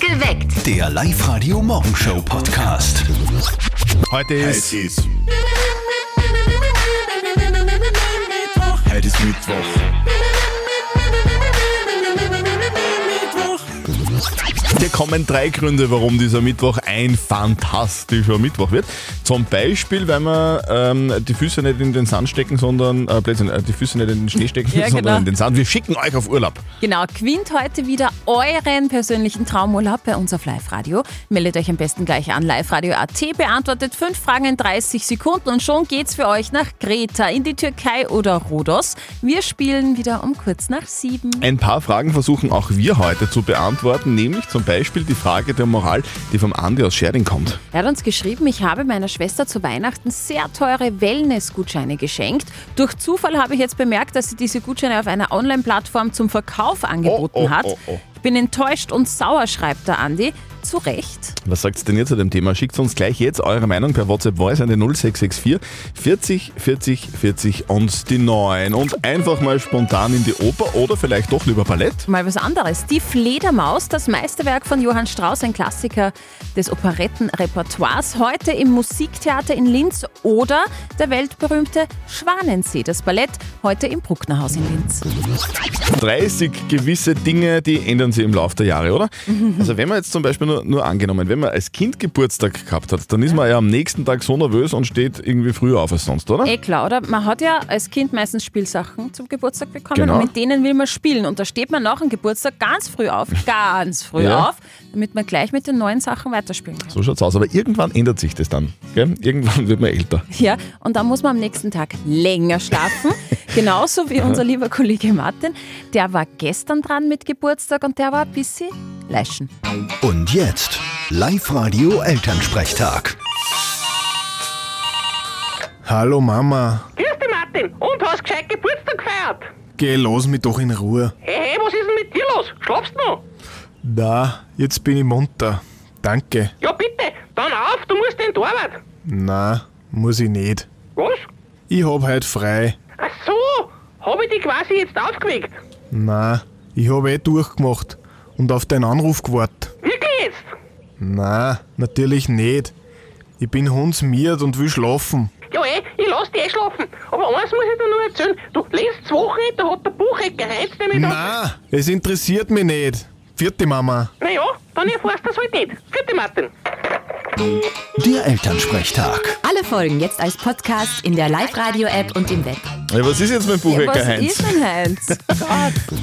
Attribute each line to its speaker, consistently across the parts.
Speaker 1: Geweckt.
Speaker 2: Der Live-Radio-Morgenshow-Podcast.
Speaker 3: Heute
Speaker 4: Es
Speaker 3: ist
Speaker 4: ist. Heute ist Mittwoch.
Speaker 3: Hier kommen drei Gründe, warum dieser Mittwoch ein fantastischer Mittwoch wird. Zum Beispiel, wenn wir ähm, die Füße nicht in den Sand stecken, sondern äh, Blödsinn, äh, die Füße nicht in den Schnee stecken,
Speaker 5: Ja,
Speaker 3: sondern
Speaker 5: genau.
Speaker 3: in den Sand. Wir schicken euch auf Urlaub.
Speaker 5: Genau, gewinnt heute wieder euren persönlichen Traumurlaub bei uns auf Live-Radio. Meldet euch am besten gleich an liveradio.at, beantwortet fünf Fragen in 30 Sekunden und schon geht's für euch nach Kreta, in die Türkei oder Rhodos. Wir spielen wieder um kurz nach sieben.
Speaker 3: Ein paar Fragen versuchen auch wir heute zu beantworten, nämlich zum Beispiel die Frage der Moral, die vom Andi aus Scherding kommt.
Speaker 5: Er hat uns geschrieben, ich habe meiner Schwester zu Weihnachten sehr teure Wellness-Gutscheine geschenkt. Durch Zufall habe ich jetzt bemerkt, dass sie diese Gutscheine auf einer Online-Plattform zum Verkauf angeboten
Speaker 3: oh,
Speaker 5: hat.
Speaker 3: oh, oh.
Speaker 5: Ich bin enttäuscht und sauer, schreibt der Andi. Zu Recht.
Speaker 3: Was sagt denn ihr zu dem Thema? Schickt uns gleich jetzt eure Meinung per WhatsApp Voice an die 0664 40 40 40 und die 9. Und einfach mal spontan in die Oper oder vielleicht doch lieber Ballett.
Speaker 5: Mal was anderes. Die Fledermaus, das Meisterwerk von Johann Strauss, ein Klassiker des Operettenrepertoires, heute im Musiktheater in Linz oder der weltberühmte Schwanensee, das Ballett, heute im Brucknerhaus in Linz.
Speaker 3: 30 gewisse Dinge, die ändern sich im Laufe der Jahre, oder? Also wenn man jetzt zum Beispiel nur, nur angenommen, wenn man als Kind Geburtstag gehabt hat, dann ist man ja am nächsten Tag so nervös und steht irgendwie früher auf als sonst, oder?
Speaker 5: Eh klar, oder? Man hat ja als Kind meistens Spielsachen zum Geburtstag bekommen
Speaker 3: Genau.
Speaker 5: und mit denen will man spielen. Und da steht man nach dem Geburtstag ganz früh auf, ganz früh
Speaker 3: Ja.
Speaker 5: auf, damit man gleich mit den neuen Sachen weiterspielen kann.
Speaker 3: So schaut's aus. Aber irgendwann ändert sich das dann. Gell? Irgendwann wird man älter.
Speaker 5: Ja, und dann muss man am nächsten Tag länger schlafen. Genauso wie unser lieber Kollege Martin. Der war gestern dran mit Geburtstag und der war ein bisschen leischen.
Speaker 2: Und jetzt Live-Radio Elternsprechtag.
Speaker 4: Hallo Mama.
Speaker 6: Grüß dich, Martin. Und hast gescheit Geburtstag gefeiert? Eh,
Speaker 4: Geh, lass mich doch in Ruhe.
Speaker 6: Hey, hey, was ist denn mit dir los? Schlafst noch?
Speaker 4: Da, jetzt bin ich munter. Danke.
Speaker 6: Ja, bitte. Dann auf, du musst in die Arbeit.
Speaker 4: Na, muss ich nicht.
Speaker 6: Was?
Speaker 4: Ich hab heute frei.
Speaker 6: Ach so, habe ich dich quasi jetzt aufgeweckt.
Speaker 4: Na, ich hab eh durchgemacht und auf deinen Anruf gewartet.
Speaker 6: Wirklich jetzt?
Speaker 4: Na, natürlich nicht. Ich bin hundsmiert und will schlafen.
Speaker 6: Ja, ey, ich lass dich eh schlafen. Aber eins muss ich dir nur erzählen. Du, letzte Woche, da hat der Buchecker heizt nämlich dann...
Speaker 4: Na, es interessiert mich nicht. Vierte Mama.
Speaker 6: Naja, dann erfährst du das halt nicht. Grüß dich, Martin.
Speaker 2: Der Elternsprechtag.
Speaker 7: Alle Folgen jetzt als Podcast in der Live-Radio-App und im Web.
Speaker 3: Ja, was ist jetzt mit Buchhecker
Speaker 5: Was
Speaker 3: Heinz?
Speaker 5: ist denn Heinz?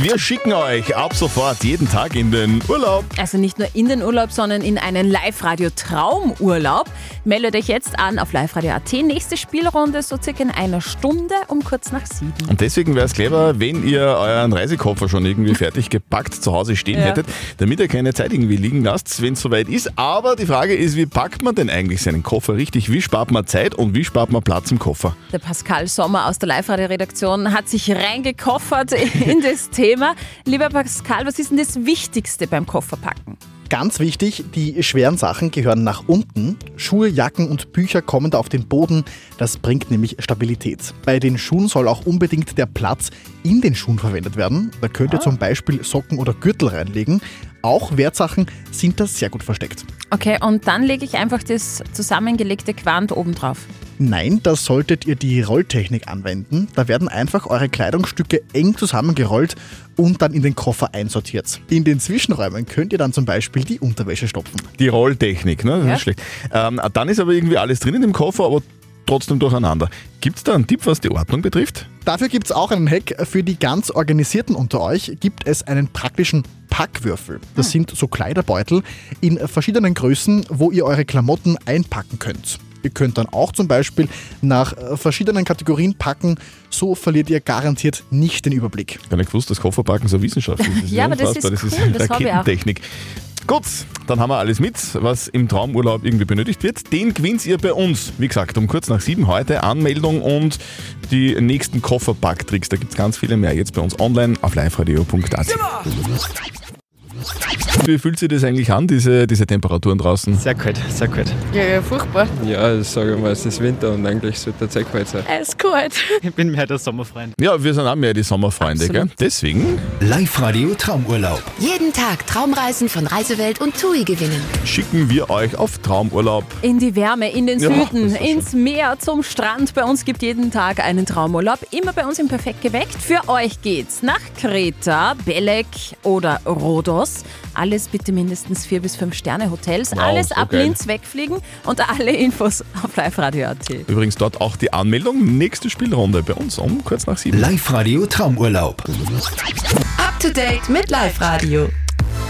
Speaker 3: Wir schicken euch ab sofort jeden Tag in den Urlaub.
Speaker 5: Also nicht nur in den Urlaub, sondern in einen Live-Radio-Traumurlaub. Meldet euch jetzt an auf liveradio.at. Nächste Spielrunde so circa in einer Stunde um kurz nach sieben.
Speaker 3: Und deswegen wäre es clever, wenn ihr euren Reisekoffer schon irgendwie fertig gepackt zu Hause stehen
Speaker 5: Ja.
Speaker 3: hättet, damit ihr keine Zeit irgendwie liegen lasst, wenn es soweit ist. Aber die Frage ist, wie packt man denn eigentlich seinen Koffer richtig? Wie spart man Zeit und wie spart man Platz im Koffer?
Speaker 5: Der Pascal Sommer aus der Live-Radio-Redaktion hat sich reingekoffert in das Thema. Lieber Pascal, was ist denn das Wichtigste beim Kofferpacken?
Speaker 8: Ganz wichtig, die schweren Sachen gehören nach unten. Schuhe, Jacken und Bücher kommen da auf den Boden. Das bringt nämlich Stabilität. Bei den Schuhen soll auch unbedingt der Platz in den Schuhen verwendet werden. Da könnt ihr zum Beispiel Socken oder Gürtel reinlegen. Auch Wertsachen sind da sehr gut versteckt.
Speaker 5: Okay, und dann lege ich einfach das zusammengelegte Quant oben drauf.
Speaker 8: Nein, da solltet ihr die Rolltechnik anwenden. Da werden einfach eure Kleidungsstücke eng zusammengerollt und dann in den Koffer einsortiert. In den Zwischenräumen könnt ihr dann zum Beispiel die Unterwäsche stopfen.
Speaker 3: Die Rolltechnik, ne? Das
Speaker 5: Ja.
Speaker 3: ist schlecht. Ähm, dann ist aber irgendwie alles drin in dem Koffer, aber trotzdem durcheinander. Gibt es da einen Tipp, was die Ordnung betrifft?
Speaker 8: Dafür gibt es auch einen Hack. Für die ganz Organisierten unter euch gibt es einen praktischen Packwürfel. Das sind so Kleiderbeutel in verschiedenen Größen, wo ihr eure Klamotten einpacken könnt. Ihr könnt dann auch zum Beispiel nach äh, verschiedenen Kategorien packen. So verliert ihr garantiert nicht den Überblick.
Speaker 3: Gar nicht gewusst, dass Kofferpacken so wissenschaftlich ist.
Speaker 5: Ja, aber das ist
Speaker 3: unfassbar.
Speaker 5: cool, das hab ich auch.
Speaker 3: Raketentechnik. Gut, dann haben wir alles mit, was im Traumurlaub irgendwie benötigt wird. Den gewinnt ihr bei uns. Wie gesagt, um kurz nach sieben heute Anmeldung und die nächsten Kofferpack-Tricks. Da gibt es ganz viele mehr jetzt bei uns online auf liveradio.at. Wie fühlt sich das eigentlich an, diese, diese Temperaturen draußen?
Speaker 1: Sehr kalt, sehr kalt.
Speaker 9: Ja, ja, furchtbar.
Speaker 10: Ja, sage ich mal, es ist Winter und eigentlich sollte der Zeug sein.
Speaker 9: Eiskalt.
Speaker 1: Ich bin mehr der Sommerfreund.
Speaker 3: Ja, wir sind auch mehr die Sommerfreunde, gell? Deswegen
Speaker 2: Live-Radio Traumurlaub.
Speaker 7: Jeden Tag Traumreisen von Reisewelt und TUI gewinnen.
Speaker 3: schicken wir euch auf Traumurlaub.
Speaker 5: In die Wärme, in den
Speaker 3: Ja,
Speaker 5: Süden,
Speaker 3: das ist schön.
Speaker 5: ins Meer, zum Strand. Bei uns gibt jeden Tag einen Traumurlaub. Immer bei uns im Perfekt geweckt. Für euch geht's nach Kreta, Belek oder Rhodos. Alles bitte mindestens vier bis fünf Sterne Hotels.
Speaker 3: Wow,
Speaker 5: Alles
Speaker 3: so
Speaker 5: ab
Speaker 3: geil.
Speaker 5: Linz wegfliegen und alle Infos auf liveradio.at.
Speaker 3: Übrigens dort auch die Anmeldung. Nächste Spielrunde bei uns um kurz nach sieben.
Speaker 2: Live-Radio Traumurlaub.
Speaker 7: Up to date mit Live Radio.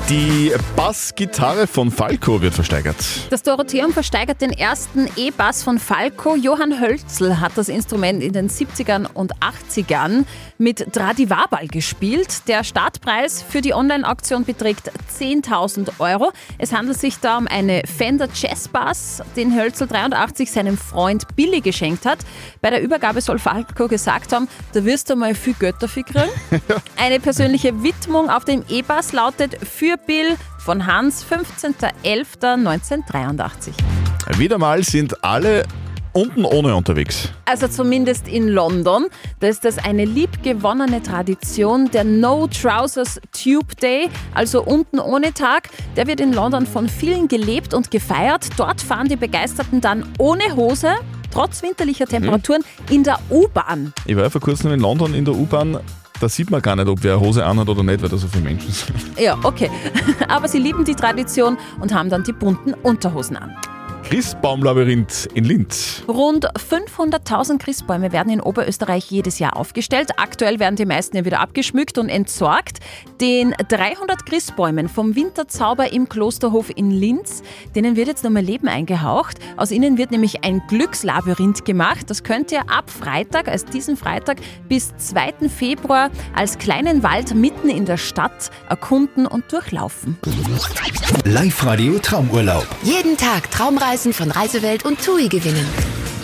Speaker 3: Die Bassgitarre von Falco wird versteigert.
Speaker 5: Das Dorotheum versteigert den ersten E-Bass von Falco. Johann Hölzl hat das Instrument in den 70ern und 80ern mit Tradivabal gespielt. Der Startpreis für die Online-Auktion beträgt 10.000 Euro. Es handelt sich da um eine Fender Jazz Bass, den Hölzl 83 seinem Freund Billy geschenkt hat. Bei der Übergabe soll Falco gesagt haben, da wirst du mal viel Geld dafür kriegen. Eine persönliche Widmung auf dem E-Bass lautet für Bill von Hans, 15.11.1983.
Speaker 3: Wieder mal sind alle unten ohne unterwegs.
Speaker 5: Also zumindest in London, da ist das eine liebgewonnene Tradition, der No Trousers Tube Day, also unten ohne Tag. Der wird in London von vielen gelebt und gefeiert. Dort fahren die Begeisterten dann ohne Hose, trotz winterlicher Temperaturen, in der U-Bahn.
Speaker 3: Ich war vor kurzem in London in der U-Bahn. Da sieht man gar nicht, ob wer eine Hose anhat oder nicht, weil da so viele Menschen sind.
Speaker 5: Ja, okay. Aber sie lieben die Tradition und haben dann die bunten Unterhosen an.
Speaker 3: Christbaumlabyrinth in Linz.
Speaker 5: Rund 500.000 Christbäume werden in Oberösterreich jedes Jahr aufgestellt. Aktuell werden die meisten ja wieder abgeschmückt und entsorgt. Den 300 Christbäumen vom Winterzauber im Klosterhof in Linz, denen wird jetzt nochmal Leben eingehaucht. Aus ihnen wird nämlich ein Glückslabyrinth gemacht. Das könnt ihr ab Freitag, also diesen Freitag, bis 2. Februar als kleinen Wald mitten in der Stadt erkunden und durchlaufen.
Speaker 2: Live-Radio Traumurlaub.
Speaker 7: Jeden Tag Traumreisen von Reisewelt und TUI gewinnen.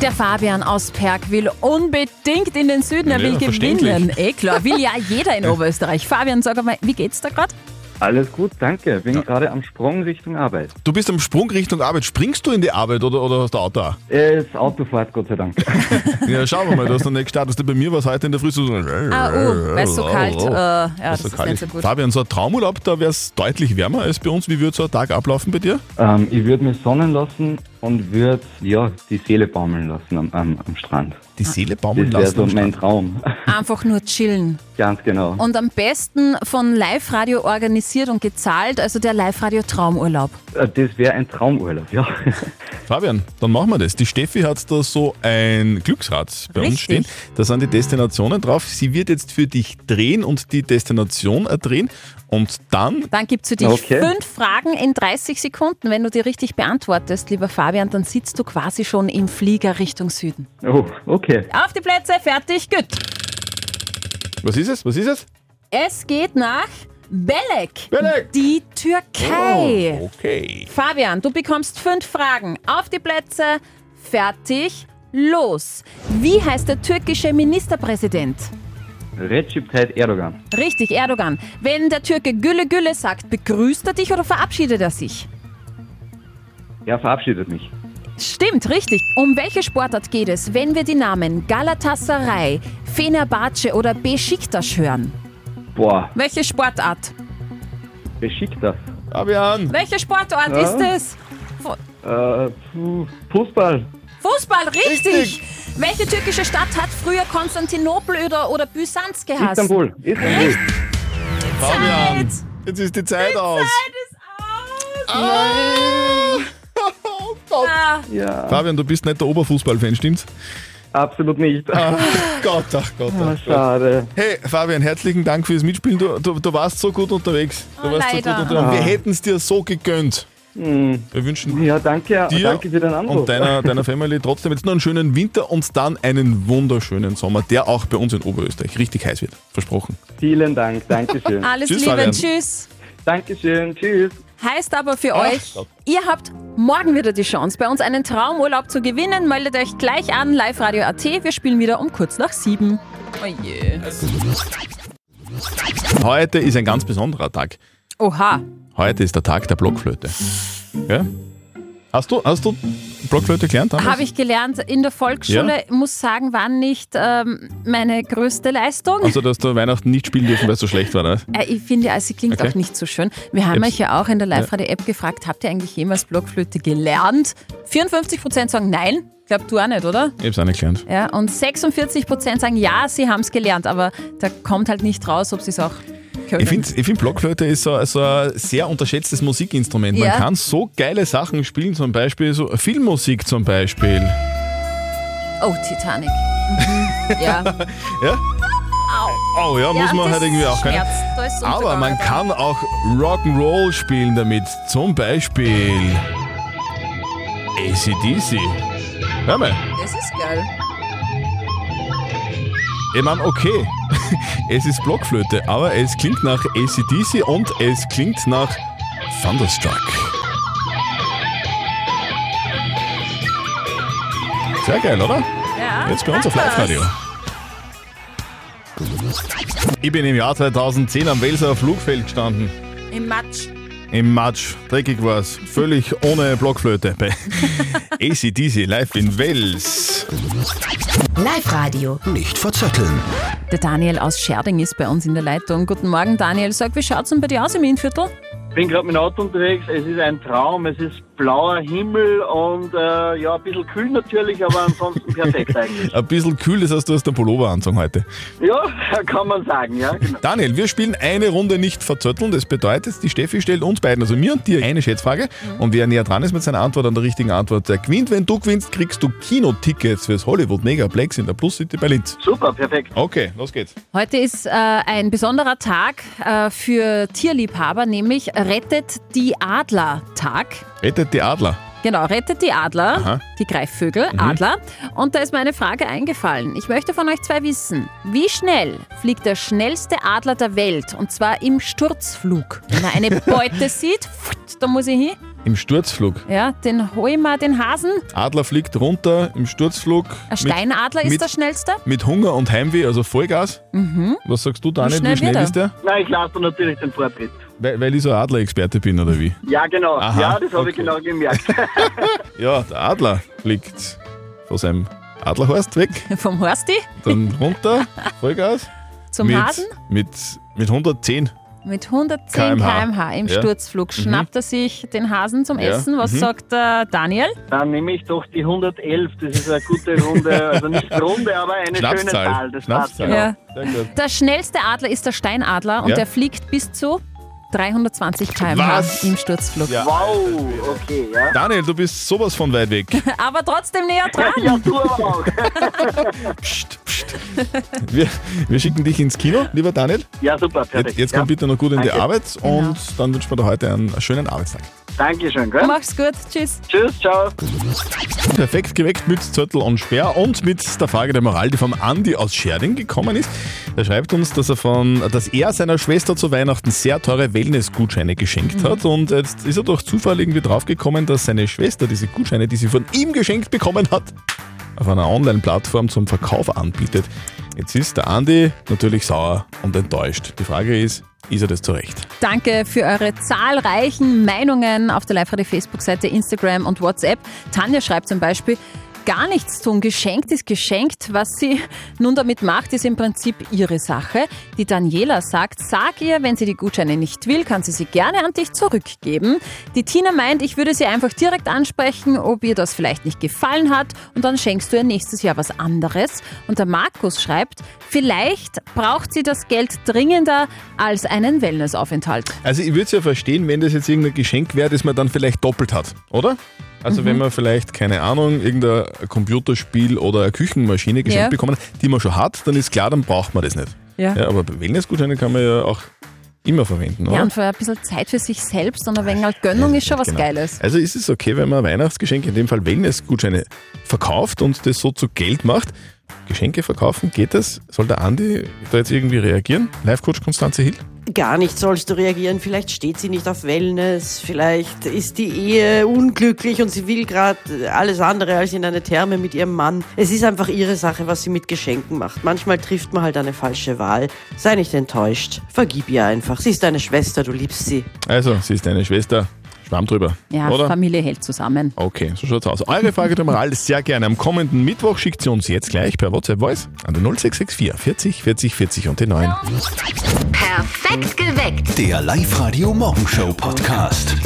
Speaker 5: Der Fabian aus Perg will unbedingt in den Süden, er
Speaker 3: Ja,
Speaker 5: will
Speaker 3: verständlich.
Speaker 5: gewinnen. Eh klar, will ja jeder in Oberösterreich. Fabian, sag mal, wie geht's da gerade?
Speaker 10: Alles gut, danke. Bin gerade am Sprung Richtung Arbeit.
Speaker 3: Du bist am Sprung Richtung Arbeit. Springst du in die Arbeit oder, oder hast du Auto? auch?
Speaker 10: Äh, ist Autofahrt, Gott sei Dank.
Speaker 3: Ja, schauen wir mal, du hast noch nicht gestartet. Bei mir war es heute in der Früh so.
Speaker 5: Ah, oh, weil es so kalt. Äh, ja, das
Speaker 3: so
Speaker 5: ist
Speaker 3: kalt
Speaker 5: nicht so gut.
Speaker 3: Fabian, so ein Traumurlaub, da wäre es deutlich wärmer als bei uns. Wie würde so ein Tag ablaufen bei dir?
Speaker 10: ähm, ich würde mich sonnen lassen und würde ja, die Seele baumeln lassen am, am, am Strand.
Speaker 5: Ah.
Speaker 3: Die Seele baumeln
Speaker 10: Das wäre
Speaker 3: lassen.
Speaker 10: so
Speaker 3: am
Speaker 10: mein
Speaker 3: Strand.
Speaker 10: Traum.
Speaker 5: Einfach nur chillen.
Speaker 10: Ganz genau.
Speaker 5: Und am besten von Live-Radio organisiert und gezahlt, also der Live-Radio-Traumurlaub.
Speaker 10: Äh, Das wäre ein Traumurlaub, ja.
Speaker 3: Fabian, dann machen wir das. Die Steffi hat da so ein Glücksrad bei uns stehen.
Speaker 5: Richtig.
Speaker 3: Da sind die Destinationen drauf. Sie wird jetzt für dich drehen und die Destination erdrehen. Und dann
Speaker 5: Dann gibt's für dich
Speaker 10: Okay.
Speaker 5: fünf Fragen in 30 Sekunden. Wenn du die richtig beantwortest, lieber Fabian, dann sitzt du quasi schon im Flieger Richtung Süden.
Speaker 10: Oh, okay.
Speaker 5: Auf die Plätze, fertig, gut.
Speaker 3: Was ist es? Was ist es?
Speaker 5: Es geht nach Belek,
Speaker 3: Belek. Oh.
Speaker 5: die Türkei.
Speaker 3: Okay.
Speaker 5: Fabian, du bekommst fünf Fragen. Auf die Plätze, fertig, los. Wie heißt der türkische Ministerpräsident?
Speaker 10: Recep Tayyip Erdogan.
Speaker 5: Richtig, Erdogan. Wenn der Türke Gülle Gülle sagt, begrüßt er dich oder verabschiedet er sich?
Speaker 10: Er verabschiedet mich.
Speaker 5: Stimmt, richtig. Um welche Sportart geht es, wenn wir die Namen Galatasaray, Fenerbahce oder Besiktas hören?
Speaker 10: Boah,
Speaker 5: Welche Sportart?
Speaker 10: beschickt das.
Speaker 3: Fabian,
Speaker 5: Welche Sportart ist es?
Speaker 10: Äh, puh, Fußball.
Speaker 5: Fußball, richtig. Welche türkische Stadt hat früher Konstantinopel oder, oder Byzanz gehasst?
Speaker 10: Istanbul. Istanbul.
Speaker 3: Fabian. Jetzt ist die Zeit aus.
Speaker 5: Ah.
Speaker 3: Oh Gott.
Speaker 10: Ja,
Speaker 3: Fabian, du bist nicht der Oberfußballfan, stimmt's?
Speaker 10: absolut nicht.
Speaker 3: Gott, ach Gott.
Speaker 10: Ah,
Speaker 3: Ach.
Speaker 10: schade.
Speaker 3: Hey, Fabian, herzlichen Dank fürs Mitspielen. Du, du, du warst so gut unterwegs. Du
Speaker 5: Oh,
Speaker 3: warst
Speaker 5: leider.
Speaker 3: so gut unterwegs. Wir hätten es dir so gegönnt. Wir wünschen
Speaker 10: Ja, danke. äh,
Speaker 3: dir
Speaker 10: danke für den Anruf.
Speaker 3: und deiner, deiner Family trotzdem jetzt noch einen schönen Winter und dann einen wunderschönen Sommer, der auch bei uns in Oberösterreich richtig heiß wird. Versprochen.
Speaker 10: Vielen Dank. Dankeschön.
Speaker 5: Alles
Speaker 3: Tschüss,
Speaker 5: Liebe,
Speaker 3: Fabian.
Speaker 5: tschüss.
Speaker 10: Dankeschön. Tschüss.
Speaker 5: Heißt aber für euch, ihr habt morgen wieder die Chance, bei uns einen Traumurlaub zu gewinnen. Meldet euch gleich an, liveradio.at. Wir spielen wieder um kurz nach sieben. Oh je.
Speaker 3: Heute ist ein ganz besonderer Tag.
Speaker 5: Oha,
Speaker 3: Heute ist der Tag der Blockflöte. Ja? Hast du, hast du Blockflöte gelernt? damals?
Speaker 5: Habe ich gelernt in der Volksschule, muss sagen, war nicht ähm, meine größte Leistung.
Speaker 3: Also, dass du Weihnachten nicht spielen dürfen, weil es so schlecht war, oder? was?
Speaker 5: Äh, ich finde, also sie klingt
Speaker 3: Okay.
Speaker 5: auch nicht so schön. Wir haben
Speaker 3: Apps.
Speaker 5: euch ja auch in der Live-Radio-App gefragt, habt ihr eigentlich jemals Blockflöte gelernt? 54% sagen nein. Ich glaube, du auch nicht, oder?
Speaker 3: Ich hab's auch nicht gelernt.
Speaker 5: Ja, und 46% sagen ja, sie haben es gelernt, aber da kommt halt nicht raus, ob sie es auch können.
Speaker 3: Ich finde, ich find Blockflöte ist so, so ein sehr unterschätztes Musikinstrument. Man
Speaker 5: Ja.
Speaker 3: kann so geile Sachen spielen, zum Beispiel so Filmmusik zum Beispiel.
Speaker 5: oh, Titanic. Mhm. ja.
Speaker 3: Ja? Oh ja, muss
Speaker 5: ja,
Speaker 3: man
Speaker 5: das
Speaker 3: halt irgendwie auch können.
Speaker 5: schmerzt. Da ist
Speaker 3: Aber
Speaker 5: Untergang.
Speaker 3: man kann auch Rock'n'Roll spielen damit. Zum Beispiel ACDC. Hör mal.
Speaker 5: Das ist geil.
Speaker 3: Ich meine, okay, es ist Blockflöte, aber es klingt nach ACDC und es klingt nach Thunderstruck. Sehr geil, oder?
Speaker 5: Ja,
Speaker 3: Jetzt bei uns auf Live-Radio. Ich bin im Jahr 2010 am Welser Flugfeld gestanden.
Speaker 5: Im Matsch.
Speaker 3: Im Matsch, dreckig war's, völlig ohne Blockflöte. Bei ACDC live in Wels.
Speaker 7: Live-Radio.
Speaker 2: Nicht verzetteln.
Speaker 5: Der Daniel aus Scherding ist bei uns in der Leitung. Guten Morgen, Daniel. Sag, wie schaut's denn bei dir aus im Innviertel?
Speaker 10: Ich bin gerade mit dem Auto unterwegs. Es ist ein Traum. Es ist blauer Himmel und äh, ja, ein bisschen kühl natürlich, aber ansonsten perfekt eigentlich.
Speaker 3: Ein bisschen kühl, das heißt, du hast den Pullover anzogen heute.
Speaker 10: Ja, kann man sagen, ja. Genau.
Speaker 3: Daniel, wir spielen eine Runde nicht verzötteln. Das bedeutet, die Steffi stellt uns beiden, also mir und dir, eine Schätzfrage.
Speaker 5: Mhm.
Speaker 3: Und wer näher dran ist mit seiner Antwort an der richtigen Antwort, der gewinnt. Wenn du gewinnst, kriegst du Kinotickets fürs Hollywood Megaplex in der Plus City bei Linz.
Speaker 10: Super, perfekt.
Speaker 3: Okay, los geht's.
Speaker 5: Heute ist äh, ein besonderer Tag äh, für Tierliebhaber, nämlich Rettet die Adler-Tag.
Speaker 3: Rettet die Adler.
Speaker 5: Genau, Rettet die Adler,
Speaker 3: Aha. Mhm.
Speaker 5: die Greifvögel, Adler. Und da ist mir eine Frage eingefallen. Ich möchte von euch zwei wissen, wie schnell fliegt der schnellste Adler der Welt? Und zwar im Sturzflug. Wenn er eine Beute sieht, pft, da muss ich hin.
Speaker 3: Im Sturzflug.
Speaker 5: Ja, den hol ich mal, den Hasen.
Speaker 3: Adler fliegt runter im Sturzflug.
Speaker 5: Ein Steinadler ist
Speaker 3: mit-
Speaker 5: der schnellste.
Speaker 3: Mit Hunger und Heimweh, also Vollgas. Was sagst du, Daniel?
Speaker 5: schnell
Speaker 3: Wie schnell
Speaker 5: wird er?
Speaker 3: ist der?
Speaker 10: Nein, ich lasse dir natürlich den Vortritt.
Speaker 3: Weil, weil ich so ein Adler-Experte bin, oder wie?
Speaker 10: Ja, genau.
Speaker 3: Aha,
Speaker 10: ja, das habe ich
Speaker 3: okay.
Speaker 10: genau gemerkt.
Speaker 3: Ja, der Adler fliegt von seinem Adlerhorst weg,
Speaker 5: Vom Horsti
Speaker 3: dann runter, Vollgas.
Speaker 5: zum
Speaker 3: mit,
Speaker 5: Hasen.
Speaker 3: Mit, mit 110.
Speaker 5: Mit 110
Speaker 3: kmh.
Speaker 5: km/h im
Speaker 3: Ja. Mhm.
Speaker 5: Sturzflug schnappt er sich den Hasen zum
Speaker 3: Ja.
Speaker 5: Essen. Was
Speaker 3: Mhm.
Speaker 5: sagt äh, Daniel?
Speaker 10: Dann nehme ich doch die 111. Das ist eine gute Runde. Also nicht Runde, aber eine schöne Zahl.
Speaker 3: Schnapszahl.
Speaker 10: Das passt.
Speaker 3: Schnapszahl.
Speaker 10: genau.
Speaker 5: Ja.
Speaker 3: Sehr gut.
Speaker 5: Der schnellste Adler ist der Steinadler und
Speaker 3: Genau. Ja.
Speaker 5: der fliegt bis zu 320 km/h
Speaker 3: Was?
Speaker 5: im Sturzflug.
Speaker 3: Ja.
Speaker 10: Wow, okay, ja.
Speaker 3: Daniel, du bist sowas von weit weg.
Speaker 5: Aber trotzdem näher dran.
Speaker 10: Ja, du aber auch.
Speaker 3: Psst, psst. Wir, wir schicken dich ins Kino, lieber Daniel.
Speaker 10: Ja, super,
Speaker 3: Jetzt,
Speaker 10: perfekt.
Speaker 3: jetzt komm
Speaker 10: ja.
Speaker 3: bitte noch gut in die
Speaker 10: Danke.
Speaker 3: Arbeit und dann wünschen wir dir heute einen schönen Arbeitstag.
Speaker 10: Dankeschön, gell?
Speaker 5: Mach's gut. Tschüss.
Speaker 10: Tschüss, ciao.
Speaker 3: Perfekt geweckt mit Zöttel und Speer und mit der Frage der Moral, die vom Andi aus Scherding gekommen ist. Er schreibt uns, dass er, von, dass er seiner Schwester zu Weihnachten sehr teure Wellness-Gutscheine geschenkt hat und jetzt ist er durch Zufall irgendwie draufgekommen, dass seine Schwester diese Gutscheine, die sie von ihm geschenkt bekommen hat, auf einer Online-Plattform zum Verkauf anbietet. Jetzt ist der Andi natürlich sauer und enttäuscht. Die Frage ist, ist er das zurecht?
Speaker 5: Danke für eure zahlreichen Meinungen auf der live Facebook-Seite, Instagram und WhatsApp. Tanja schreibt zum Beispiel, gar nichts tun, geschenkt ist geschenkt. Was sie nun damit macht, ist im Prinzip ihre Sache. Die Daniela sagt, sag ihr, wenn sie die Gutscheine nicht will, kann sie sie gerne an dich zurückgeben. Die Tina meint, ich würde sie einfach direkt ansprechen, ob ihr das vielleicht nicht gefallen hat und dann schenkst du ihr nächstes Jahr was anderes. Und der Markus schreibt, vielleicht braucht sie das Geld dringender als einen Wellnessaufenthalt.
Speaker 3: Also ich würde es ja verstehen, wenn das jetzt irgendein Geschenk wäre, das man dann vielleicht doppelt hat, oder? Also
Speaker 5: Mhm.
Speaker 3: wenn man vielleicht, keine Ahnung, irgendein Computerspiel oder eine Küchenmaschine geschenkt
Speaker 5: Ja.
Speaker 3: bekommen hat, die man schon hat, dann ist klar, dann braucht man das nicht.
Speaker 5: Ja.
Speaker 3: Ja, aber Wellnessgutscheine kann man ja auch immer verwenden, oder?
Speaker 5: Ja, und für ein bisschen Zeit für sich selbst und ein wenig halt Gönnung ist schon was
Speaker 3: Genau.
Speaker 5: Geiles.
Speaker 3: Also ist es okay, wenn man Weihnachtsgeschenke, in dem Fall Wellnessgutscheine, verkauft und das so zu Geld macht? Geschenke verkaufen, geht das? Soll der Andi da jetzt irgendwie reagieren? Live-Coach Konstanze Hill?
Speaker 10: gar nicht sollst du reagieren. Vielleicht steht sie nicht auf Wellness, vielleicht ist die Ehe unglücklich und sie will gerade alles andere als in eine Therme mit ihrem Mann. Es ist einfach ihre Sache, was sie mit Geschenken macht. Manchmal trifft man halt eine falsche Wahl. Sei nicht enttäuscht. Vergib ihr einfach. Sie ist deine Schwester, du liebst sie.
Speaker 3: Also, sie ist deine Schwester. Schwamm drüber.
Speaker 5: Ja,
Speaker 3: oder?
Speaker 5: Familie hält zusammen.
Speaker 3: Okay, so schaut's aus. Eure Frage der Moral ist sehr gerne. Am kommenden Mittwoch schickt sie uns jetzt gleich per WhatsApp Voice an die 0664 40 40 40 und den 9.
Speaker 7: Perfekt geweckt.
Speaker 4: Der Live-Radio Morgenshow Podcast.